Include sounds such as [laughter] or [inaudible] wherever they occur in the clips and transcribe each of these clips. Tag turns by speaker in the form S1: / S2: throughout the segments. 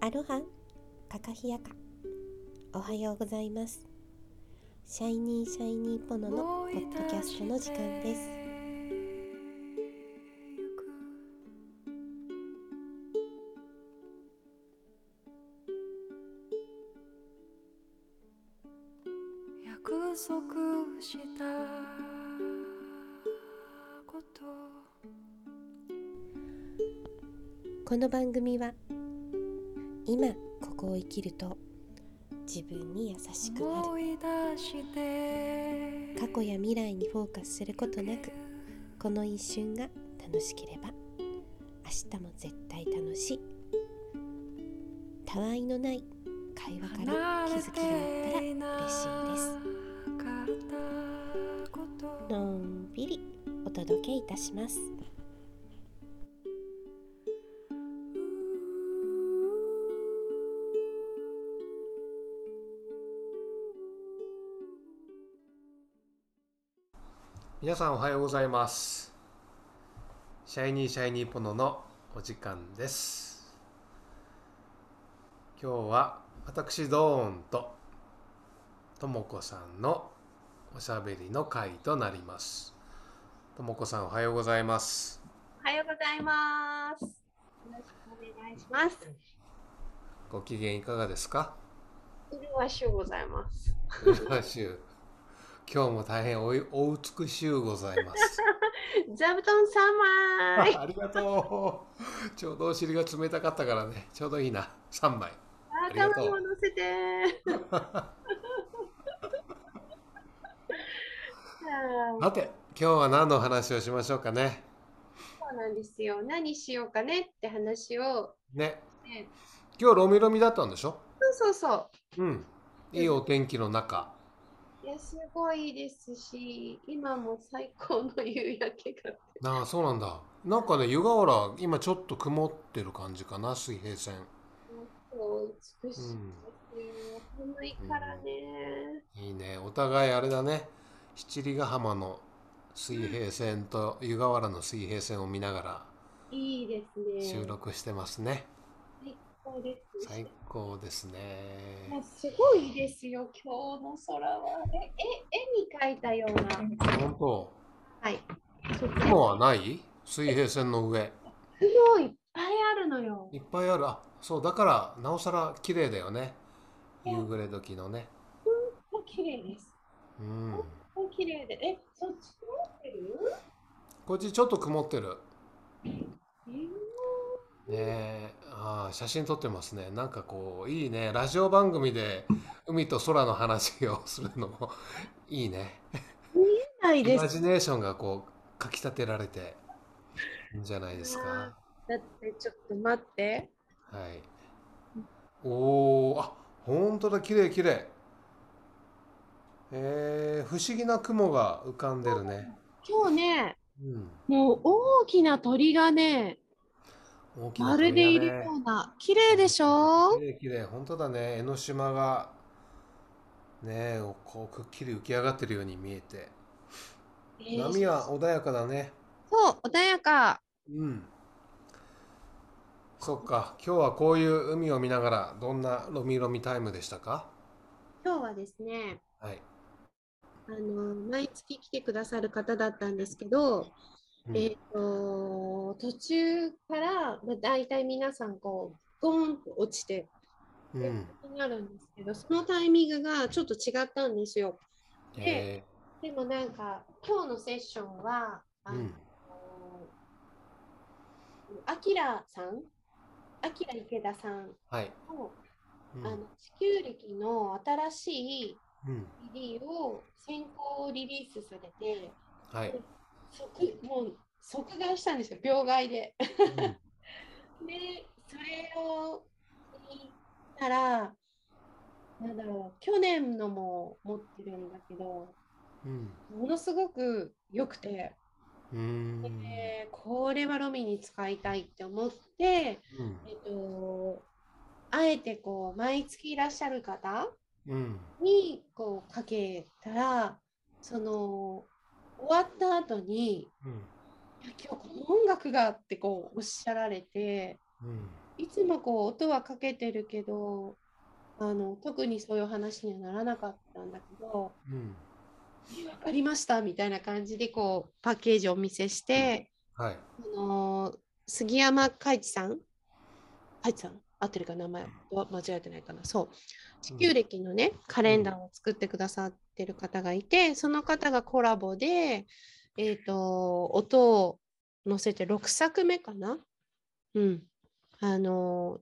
S1: アロハンカカヒヤカおはようございますシャイニーシャイニーポノのポッドキャストの時間です
S2: 約束したこと
S1: この番組は今ここを生きると自分に優しくなる
S2: 思い出して
S1: 過去や未来にフォーカスすることなくこの一瞬が楽しければ明日も絶対楽しいたわいのない会話から気づきがあったら嬉しいです
S2: ったこ
S1: の
S2: と
S1: んびりお届けいたします
S3: 皆さんおはようございますシャイニーシャイニーポノのお時間です今日は私ドーンとともこさんのおしゃべりの回となりますともこさんおはようございます
S4: おはようございます。よろしくお願いします。
S3: ご機嫌いかがですか
S4: 麗しゅうございます。
S3: 週今日も大変おいお美しゅうございます
S4: 座布団様 [laughs] ーい。
S3: ありがとうちょうどお尻が冷たかったからねちょうどいいな3枚りがとう
S4: 頭にも乗せてー。あー
S3: さて今日は何の話をしましょうかね
S4: そうなんですよ。何しようかねって話を。
S3: ね
S4: ね
S3: 今日ロミロミだったんでしょ
S4: そうそうそ
S3: うんいいお天気の中
S4: う。いや、すごいですし、今も最高の夕焼けが。
S3: ああそうなんだなんかね湯河原今ちょっと曇ってる感じかな水平線
S4: そう美しいですよ。寒いからね
S3: いいねお互いあれだね七里ヶ浜の水平線と湯河原の水平線を見ながら
S4: いいですね。
S3: 収録してますね
S4: そうです。
S3: 最高ですね
S4: もうすごいですよ、今日の空は。え、え、絵に描いたような。
S3: 本当
S4: はい。
S3: 雲はない水平線の上
S4: 雲いっぱいあるのよ。
S3: いっぱいある。あ、そう、だから、なおさら綺麗だよね。夕暮れ時のね。
S4: もう綺麗です。
S3: うん。
S4: もう綺麗で、え、そっち曇ってる？
S3: こっちちょっと曇ってる。
S4: え
S3: ねえ、あー写真撮ってますね。なんかこう、いいね。ラジオ番組で海と空の話をするの [laughs] もいいね。
S4: ない
S3: イ
S4: で
S3: マ
S4: す。
S3: ジネーションがこう、かき立てられて、いいんじゃないですか。は
S4: だってちょっと待って。
S3: い。おー、あ、ほんとだ、綺麗綺麗。えー、不思議な雲が浮かんでるね。
S4: 今日ね、
S3: うん。
S4: もう大きな鳥がね、
S3: 大きな
S4: ま
S3: 鳥だ
S4: るで
S3: ね
S4: いるような綺麗でしょ
S3: 綺？麗綺麗本当だね江ノ島がねえこうくっきり浮き上がってるように見えて
S4: えー
S3: 波は穏やかだね
S4: そう穏やか。
S3: うんそっか今日はこういう海を見ながらどんなロミロミタイムでしたか
S4: 今日はですね。
S3: はい、
S4: あの毎月来てくださる方だったんですけど、
S3: うん
S4: えー、と途中から、まあ、大体皆さんこうゴーンと落ちて
S3: うん
S4: なるんですけどそのタイミングがちょっと違ったんですよ。
S3: え
S4: でもなんか今日のセッションはあ
S3: ーう
S4: の、
S3: ん
S4: アキラさんアキラ池田さん
S3: はいう
S4: の,、
S3: ん
S4: あの地球歴の新しい
S3: うん
S4: リリーを先行リリースされて。
S3: はい
S4: 即もう即買いしたんですよ秒買いで。で
S3: うん
S4: それを見たらなんだろう去年のも持ってるんだけど
S3: うん
S4: ものすごく良くて、
S3: うーん
S4: でこれはロミに使いたいって思って、
S3: うん
S4: えっと、あえてこう毎月いらっしゃる方
S3: うん
S4: にこうかけたらその終わった後に
S3: うん
S4: いや今日この音楽がってこうおっしゃられて
S3: うん
S4: いつもこう音はかけてるけど、あの特にそういう話にはならなかったんだけど、
S3: うん。
S4: わかりましたみたいな感じでこうパッケージをお見せして、
S3: はい。
S4: あの杉山海一さん、海一さん合ってるか名前は間違えてないかな。そう。地球歴のね、カレンダーを作ってくださってる方がいて、その方がコラボで、えっ、と、音を載せて6作目かなうん。あの、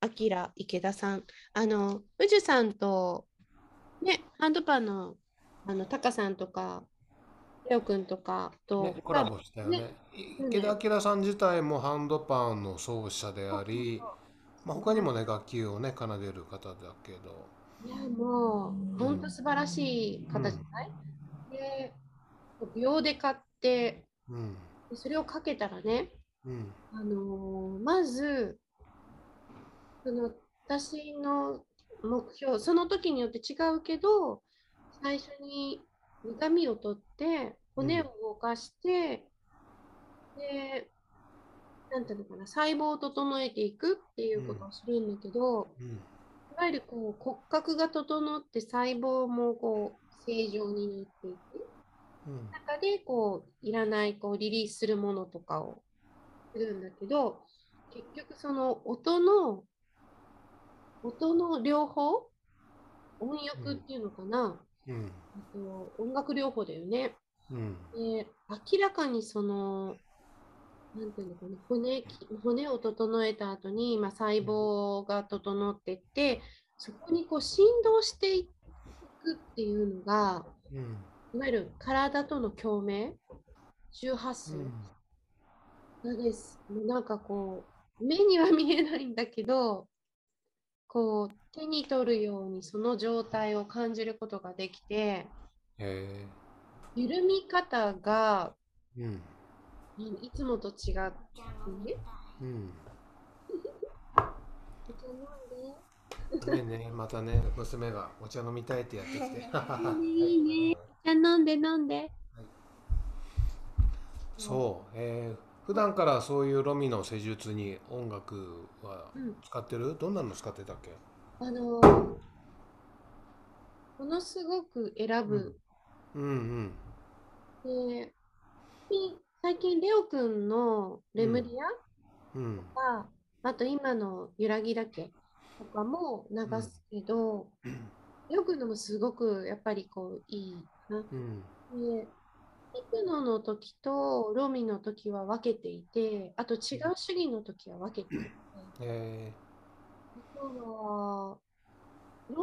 S4: アキラ池田さん、あの、宇治さんと、ね、ハンドパンの、あの、タカさんとか、レオくんとかと、
S3: ね、コラボしたよね。
S4: うん
S3: 池田明さん自体もハンドパンの奏者であり、まあ、他にもね楽器をね奏でる方だけど、
S4: いやもう本当素晴らしい方じゃない、で秒で買って
S3: うん
S4: でそれをかけたらね、
S3: うん
S4: あのーまずその私の目標その時によって違うけど最初に苦みを取って骨を動かして、でなんていうのかな細胞を整えていくっていうことをするんだけど、
S3: うん
S4: いわゆるこう骨格が整って細胞もこう正常になっていく
S3: うん
S4: 中でこういらないこうリリースするものとかをするんだけど結局その音の音の両方音
S3: う
S4: 楽
S3: ん
S4: っていうのかな、
S3: うん
S4: あと音楽療法だよね。
S3: うん
S4: で明らかにそのなんていうのかな骨き骨を整えた後にまあ細胞が整ってってそこにこう振動していくっていうのが
S3: うん
S4: いわゆる体との共鳴周波数がです、もうなんかこう目には見えないんだけどこう手に取るようにその状態を感じることができて
S3: へ
S4: 緩み方が
S3: えうん
S4: うんいつもと違ってね。
S3: うん
S4: お茶飲ん
S3: ごめんねまたね娘がお茶飲みたいってやってきて
S4: で。いいね。お茶飲んで飲んで。
S3: そう、えー、普段からそういうロミの施術に音楽は
S4: うん
S3: 使ってる、どんなの使ってたっけ
S4: あのーものすごく選ぶ。
S3: うん
S4: で、最近最近レオくんのレムリ
S3: うんうん
S4: アが、あと今のゆらぎだけとかも流すけど、レオくんのもすごくやっぱりこういいな。
S3: うん
S4: で、テクノの時とロミの時は分けていて、あと違う主義の時は分けていて。
S3: え
S4: だから、いろ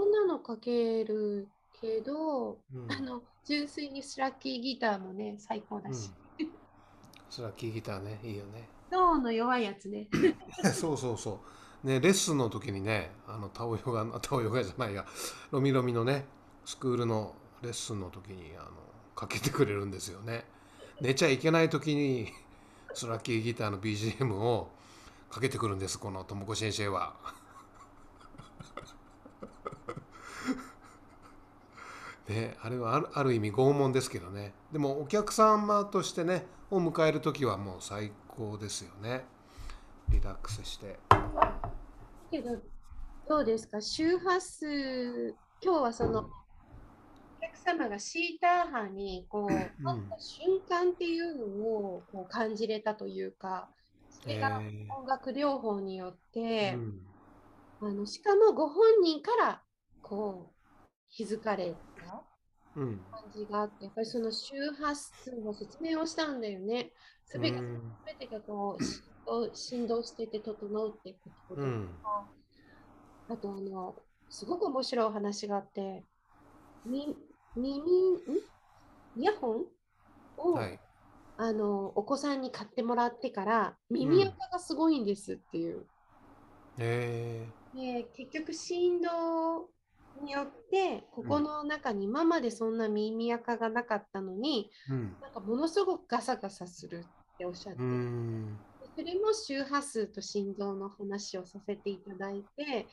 S4: んなのかけるけど、
S3: ー、うん
S4: あの、純粋にスラッキーギターもね、最高だし。
S3: うん、スラッキーギターねいいよね
S4: 脳の弱いやつね。
S3: [laughs] そうそうそうねレッスンの時にねあのタオヨガ [laughs] あタオヨガじゃないやロミロミのねスクールのレッスンの時にあのかけてくれるんですよね寝ちゃいけない時にスラッキーギターの BGM をかけてくるんですこのともこ先生は [laughs] ねあれはあるある意味拷問ですけどねでもお客様としてねを迎える時はもう最高ですよねリラックスして
S4: けど、どうですか周波数、今日はその、お客様がシーター波にこう、
S3: ん
S4: 合った瞬間っていうのをこう感じれたというか、それが
S3: え
S4: 音楽療法によって
S3: ー、うん
S4: あの、しかもご本人からこう、気づかれた。
S3: うん
S4: 感じがあって、やっぱりその周波数の説明をしたんだよね。すべて
S3: うん
S4: てがこう振動振動してて整うってことで、
S3: うん
S4: あとあの、すごく面白いお話があって、み耳、んイヤホンを、
S3: はい
S4: あのお子さんに買ってもらってから、耳垢がすごいんですっていう。
S3: え
S4: で結局振動によってここの中に今までそんな耳垢がなかったのに、
S3: ー、うん
S4: なんかものすごくガサガサするっておっしゃって、
S3: うん
S4: それも周波数と振動の話をさせていただいて、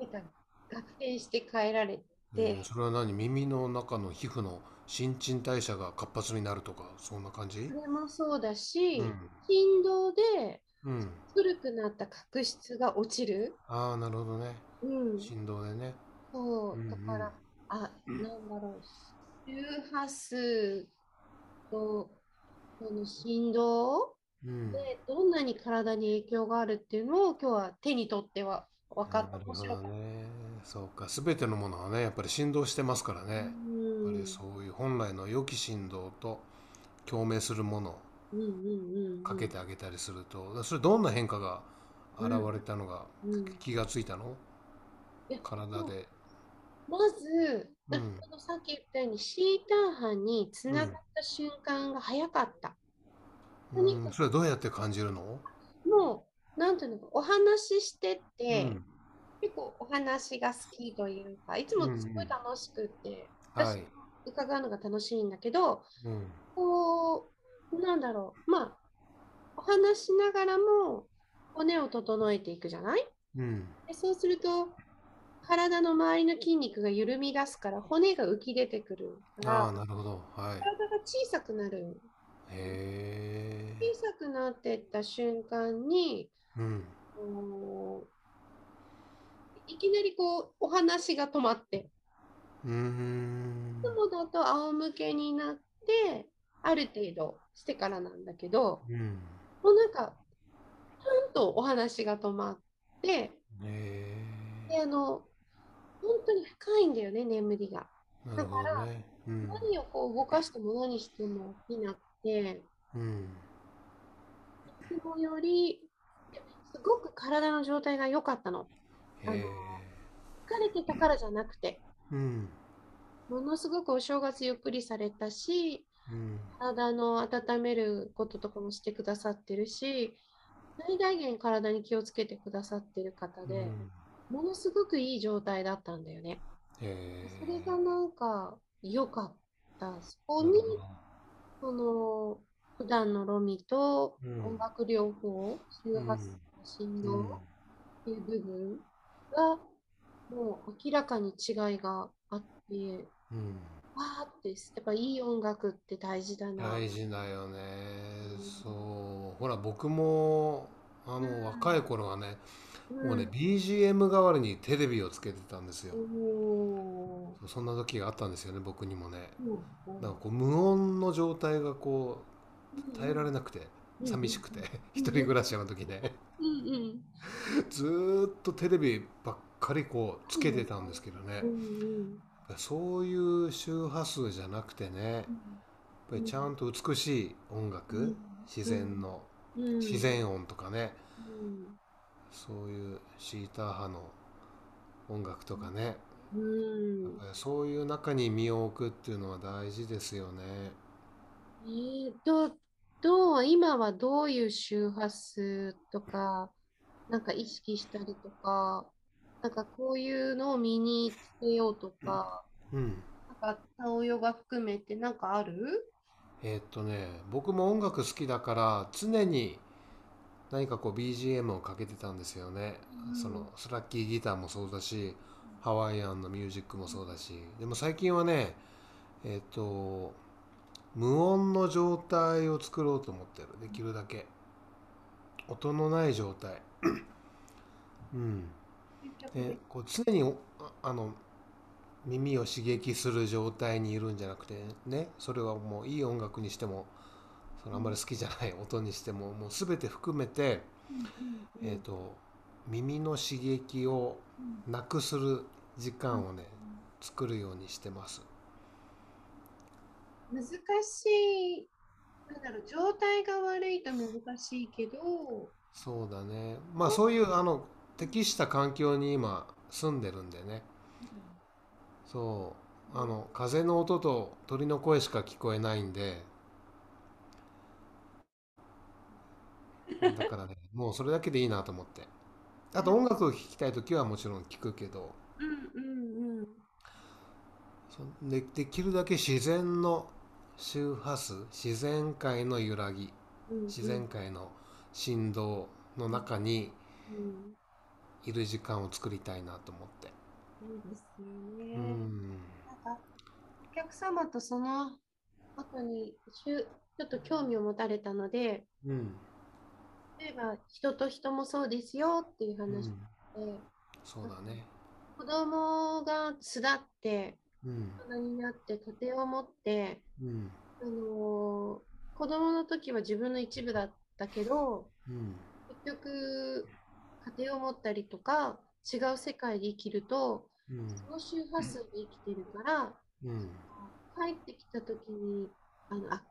S4: なんか学点して変えられて、
S3: うんそれは何耳の中の皮膚の新陳代謝が活発になるとかそんな感じ
S4: それもそうだし、
S3: うん
S4: 振動で
S3: うん、
S4: 古くなった角質が落ちる。
S3: ああなるほどね
S4: うん、
S3: 振動でね
S4: そうう、
S3: ん
S4: だから、あ、
S3: うん
S4: なんだろう、周波数とその振動
S3: うん
S4: でどんなに体に影響があるっていうのを今日は手に取っては分かった。
S3: なるほ
S4: 面白
S3: ど
S4: かっ
S3: ねそうか全てのものはねやっぱり振動してますから
S4: た。
S3: ね、
S4: う
S3: やっぱ
S4: ん
S3: りそういう本来の良き振動と共鳴するもの
S4: うんうんうんうん
S3: をかけてあげたりすると、だからそれどんな変化が現れたのが、
S4: うん
S3: 気がついたの
S4: いや
S3: 体で、
S4: まず、
S3: う、
S4: なんあのさっき言ったようにシーター波につながった瞬間が早かった。何
S3: う
S4: か
S3: んそれどうやって感じるの、
S4: もう、なんていうのか、お話ししてて、
S3: うん
S4: 結構お話が好きというか、いつもすごい楽しくって、
S3: はい、
S4: 伺うのが楽しいんだけど、
S3: うん
S4: こう、なんだろう、まあ、お話しながらも骨を整えていくじゃない
S3: うん
S4: でそうすると、体の周りの筋肉が緩み出すから、骨が浮き出てくるか
S3: ああ
S4: ら、
S3: なるほどはい
S4: 体が小さくなる。
S3: へえ
S4: 小さくなってった瞬間に、
S3: うん
S4: こういきなりこうお話が止まって、
S3: うーん
S4: いつもだと仰向けになって、ある程度してからなんだけど、
S3: うん
S4: もうなんか、ちゃんとお話が止まって、
S3: へ
S4: で、あの、本当に深いんだよね、眠りが。
S3: えなるほどねうん
S4: 何をこう動かしても何してもになって、
S3: うん
S4: いつもより、すごく体の状態が良かったの。
S3: へえ
S4: 疲れてたからじゃなくて、
S3: うん
S4: ものすごくお正月ゆっくりされたし、
S3: うん
S4: 体の温めることとかもしてくださってるし、最大限体に気をつけてくださってる方
S3: う
S4: で、
S3: ん
S4: ものすごくいい状態だったんだよね。
S3: へえ
S4: それがなんか良かった。そこ
S3: な
S4: に
S3: るほど
S4: その普段のロミと
S3: うん
S4: 音楽療法、周波数
S3: うんう
S4: 振動
S3: ん
S4: っていう部分がもう明らかに違いがあって、
S3: うん
S4: わーってやっぱいい音楽って大事だな。
S3: 大事だよね。そう。ほら、僕も、あの、若い頃はね、もうね、BGM 代わりにテレビをつけてたんですよ
S4: う。ん、お
S3: そんな時があったんですよね、僕にもね。
S4: ー
S3: なんかこう、無音の状態がこう、耐えられなくて、
S4: うん
S3: 寂しくて、一人暮らしの時ね、
S4: うんうん
S3: ずーっとテレビばっかりこう、つけてたんですけどね
S4: う。ん
S3: そういう周波数じゃなくてね、やっぱりちゃんと美しい音
S4: う
S3: 楽
S4: ん、
S3: 自然の、
S4: うん、
S3: 自然音とかね、
S4: うん
S3: そういうシーター派の音楽とかね、
S4: うん
S3: やっぱりそういう中に身を置くっていうのは大事ですよね。
S4: えー、どどう今はどういう周波数とか、なんか意識したりとか、なんかこういうのを身につけようとか、
S3: うん。
S4: なんか顔ヨガ含めてなんかある
S3: えーっとね、僕も音楽好きだから常に何かこう BGM をかけてたんですよね。
S4: うん
S3: そのスラッキーギターもそうだし、ハワイアンのミュージックもそうだし、でも最近はね、えーっと、無音の状態を作ろうと思ってる。できるだけ。音のない状態。うん。でこう常におああの耳を刺激する状態にいるんじゃなくてねそれはもういい音楽にしてもそのあんまり好きじゃない音にしてももう全て含めて、えー、と耳の刺激をなくする時間をね作るようにしてます。
S4: 難しい、なんだろう、状態が悪いと難しいけど、
S3: そうだねまあそういうあの適した環境に今住んでるんでねそうあの風の音と鳥の声しか聞こえないん
S4: [laughs]
S3: でだからねもうそれだけでいいなと思ってあと音楽を聴きたい時はもちろん聴くけど
S4: うんうんうん。
S3: そでできるだけ自然の周波数自然界の揺らぎ
S4: うんうん
S3: 自然界の振動の中に
S4: うん
S3: いる時間を作りたいなと思って。
S4: いいですよね。
S3: うん
S4: なんかお客様とその後にしゅちょっと興味を持たれたので
S3: うん
S4: 例えば人と人もそうですよっていう
S3: うん
S4: 話で、
S3: そうだね。
S4: 子供が巣立って
S3: うん。
S4: 大人になって家庭を持って、
S3: うん。
S4: あのー子供の時は自分の一部だったけど
S3: うん。
S4: 結局家庭を持ったりとか違う世界で生きると
S3: うん。
S4: その周波数で生きてるから
S3: うん。
S4: 帰ってきた時にあのあ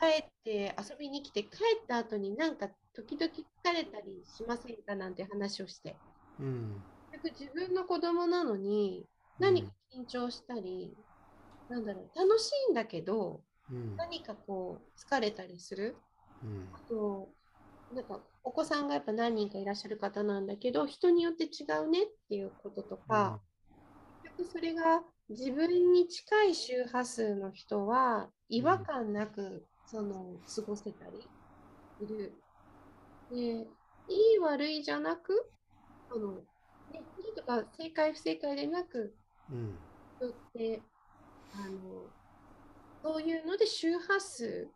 S4: 帰って遊びに来て帰った後になんか時々疲れたりしませんかなんて話をして
S3: うん。
S4: 結局自分の子供なのに何か緊張したり、なんだろう楽しいんだけど
S3: うん。
S4: 何かこう疲れたりする
S3: うん。
S4: あとなんかお子さんがやっぱ何人かいらっしゃる方なんだけど人によって違うねっていうこととか。結局それが自分に近い周波数の人は違和感なくその過ごせたりする。で、いい悪いじゃなく、あの、ね、いいとか正解不正解でなく、
S3: うん。
S4: 人って、あの、そういうので周波数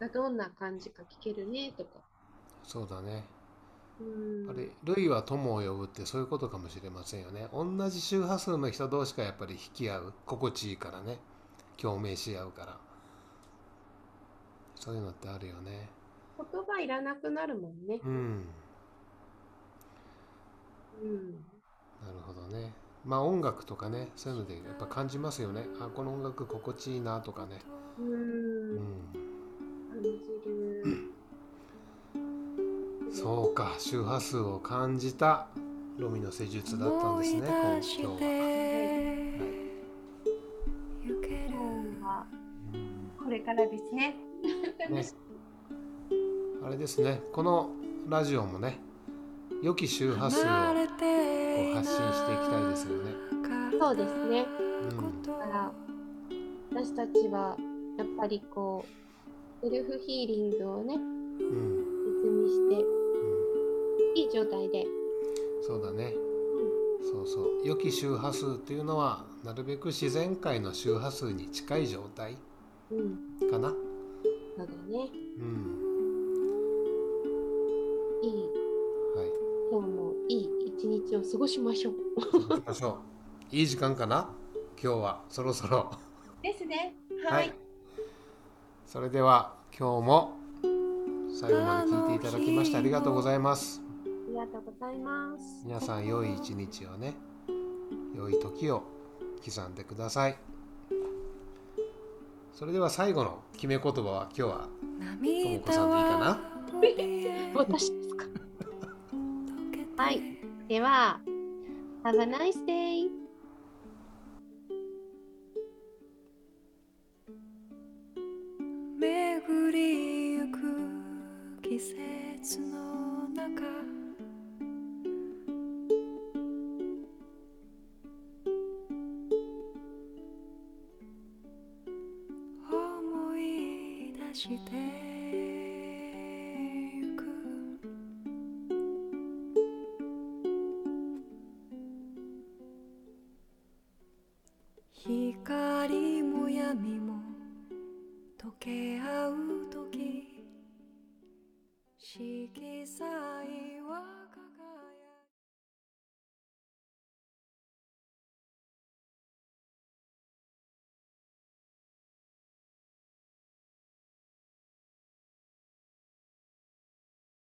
S4: がどんな感じか聞けるねとか。
S3: そうだね。
S4: うん
S3: あれ、類は友を呼ぶってそういうことかもしれませんよね。同じ周波数の人同士がやっぱり引き合う。心地いいからね。共鳴し合うから。そういうのってあるよね。
S4: 言葉いらなくなるもんね。
S3: うん。
S4: うん。
S3: なるほどね。まあ音楽とかね、そういうのでやっぱ感じますよね。あ、この音楽心地いいなとかね。
S4: う。
S3: うんん。
S4: 感じる。
S3: そうか、周波数を感じたロミの施術だったんですね、今
S2: 思い出
S3: 日
S2: して
S3: は。
S2: 行ける
S4: は
S3: うん
S4: これからですね。
S3: ね、あれですね、このラジオもね、良き周波数を
S2: 離れ
S3: こ
S2: て
S3: う発信していきたいですよね。
S4: そうですね。
S3: うん、
S2: だ
S4: から私たちはやっぱりこうセルフヒーリングをね
S3: うん、
S4: 別にして
S3: う
S4: いい状態で
S3: ん、そうだね。そうそう、良き周波数っていうのは、なるべく自然界の周波数に近い状態
S4: うん
S3: かな。
S4: そうだね
S3: うん、
S4: いい
S3: はい。
S4: 今日もいい一日を過ごしましょう
S3: 行きましょう。いい時間かな。今日はそろそろ。
S4: ですね
S3: それでは今日も最後まで聞いていただきましてありがとうございます。
S4: ありがとうございます
S3: 皆さん良い一日をね、良い時を刻んでください。それでは最後の決め言葉は今日はともこさんでいいかな。
S4: [laughs] 私で
S3: [laughs]
S4: すかはいでは Have a nice day!
S2: 「巡りゆく季節の中」「思い出してゆく」「光も闇も」溶け合う時色彩は輝く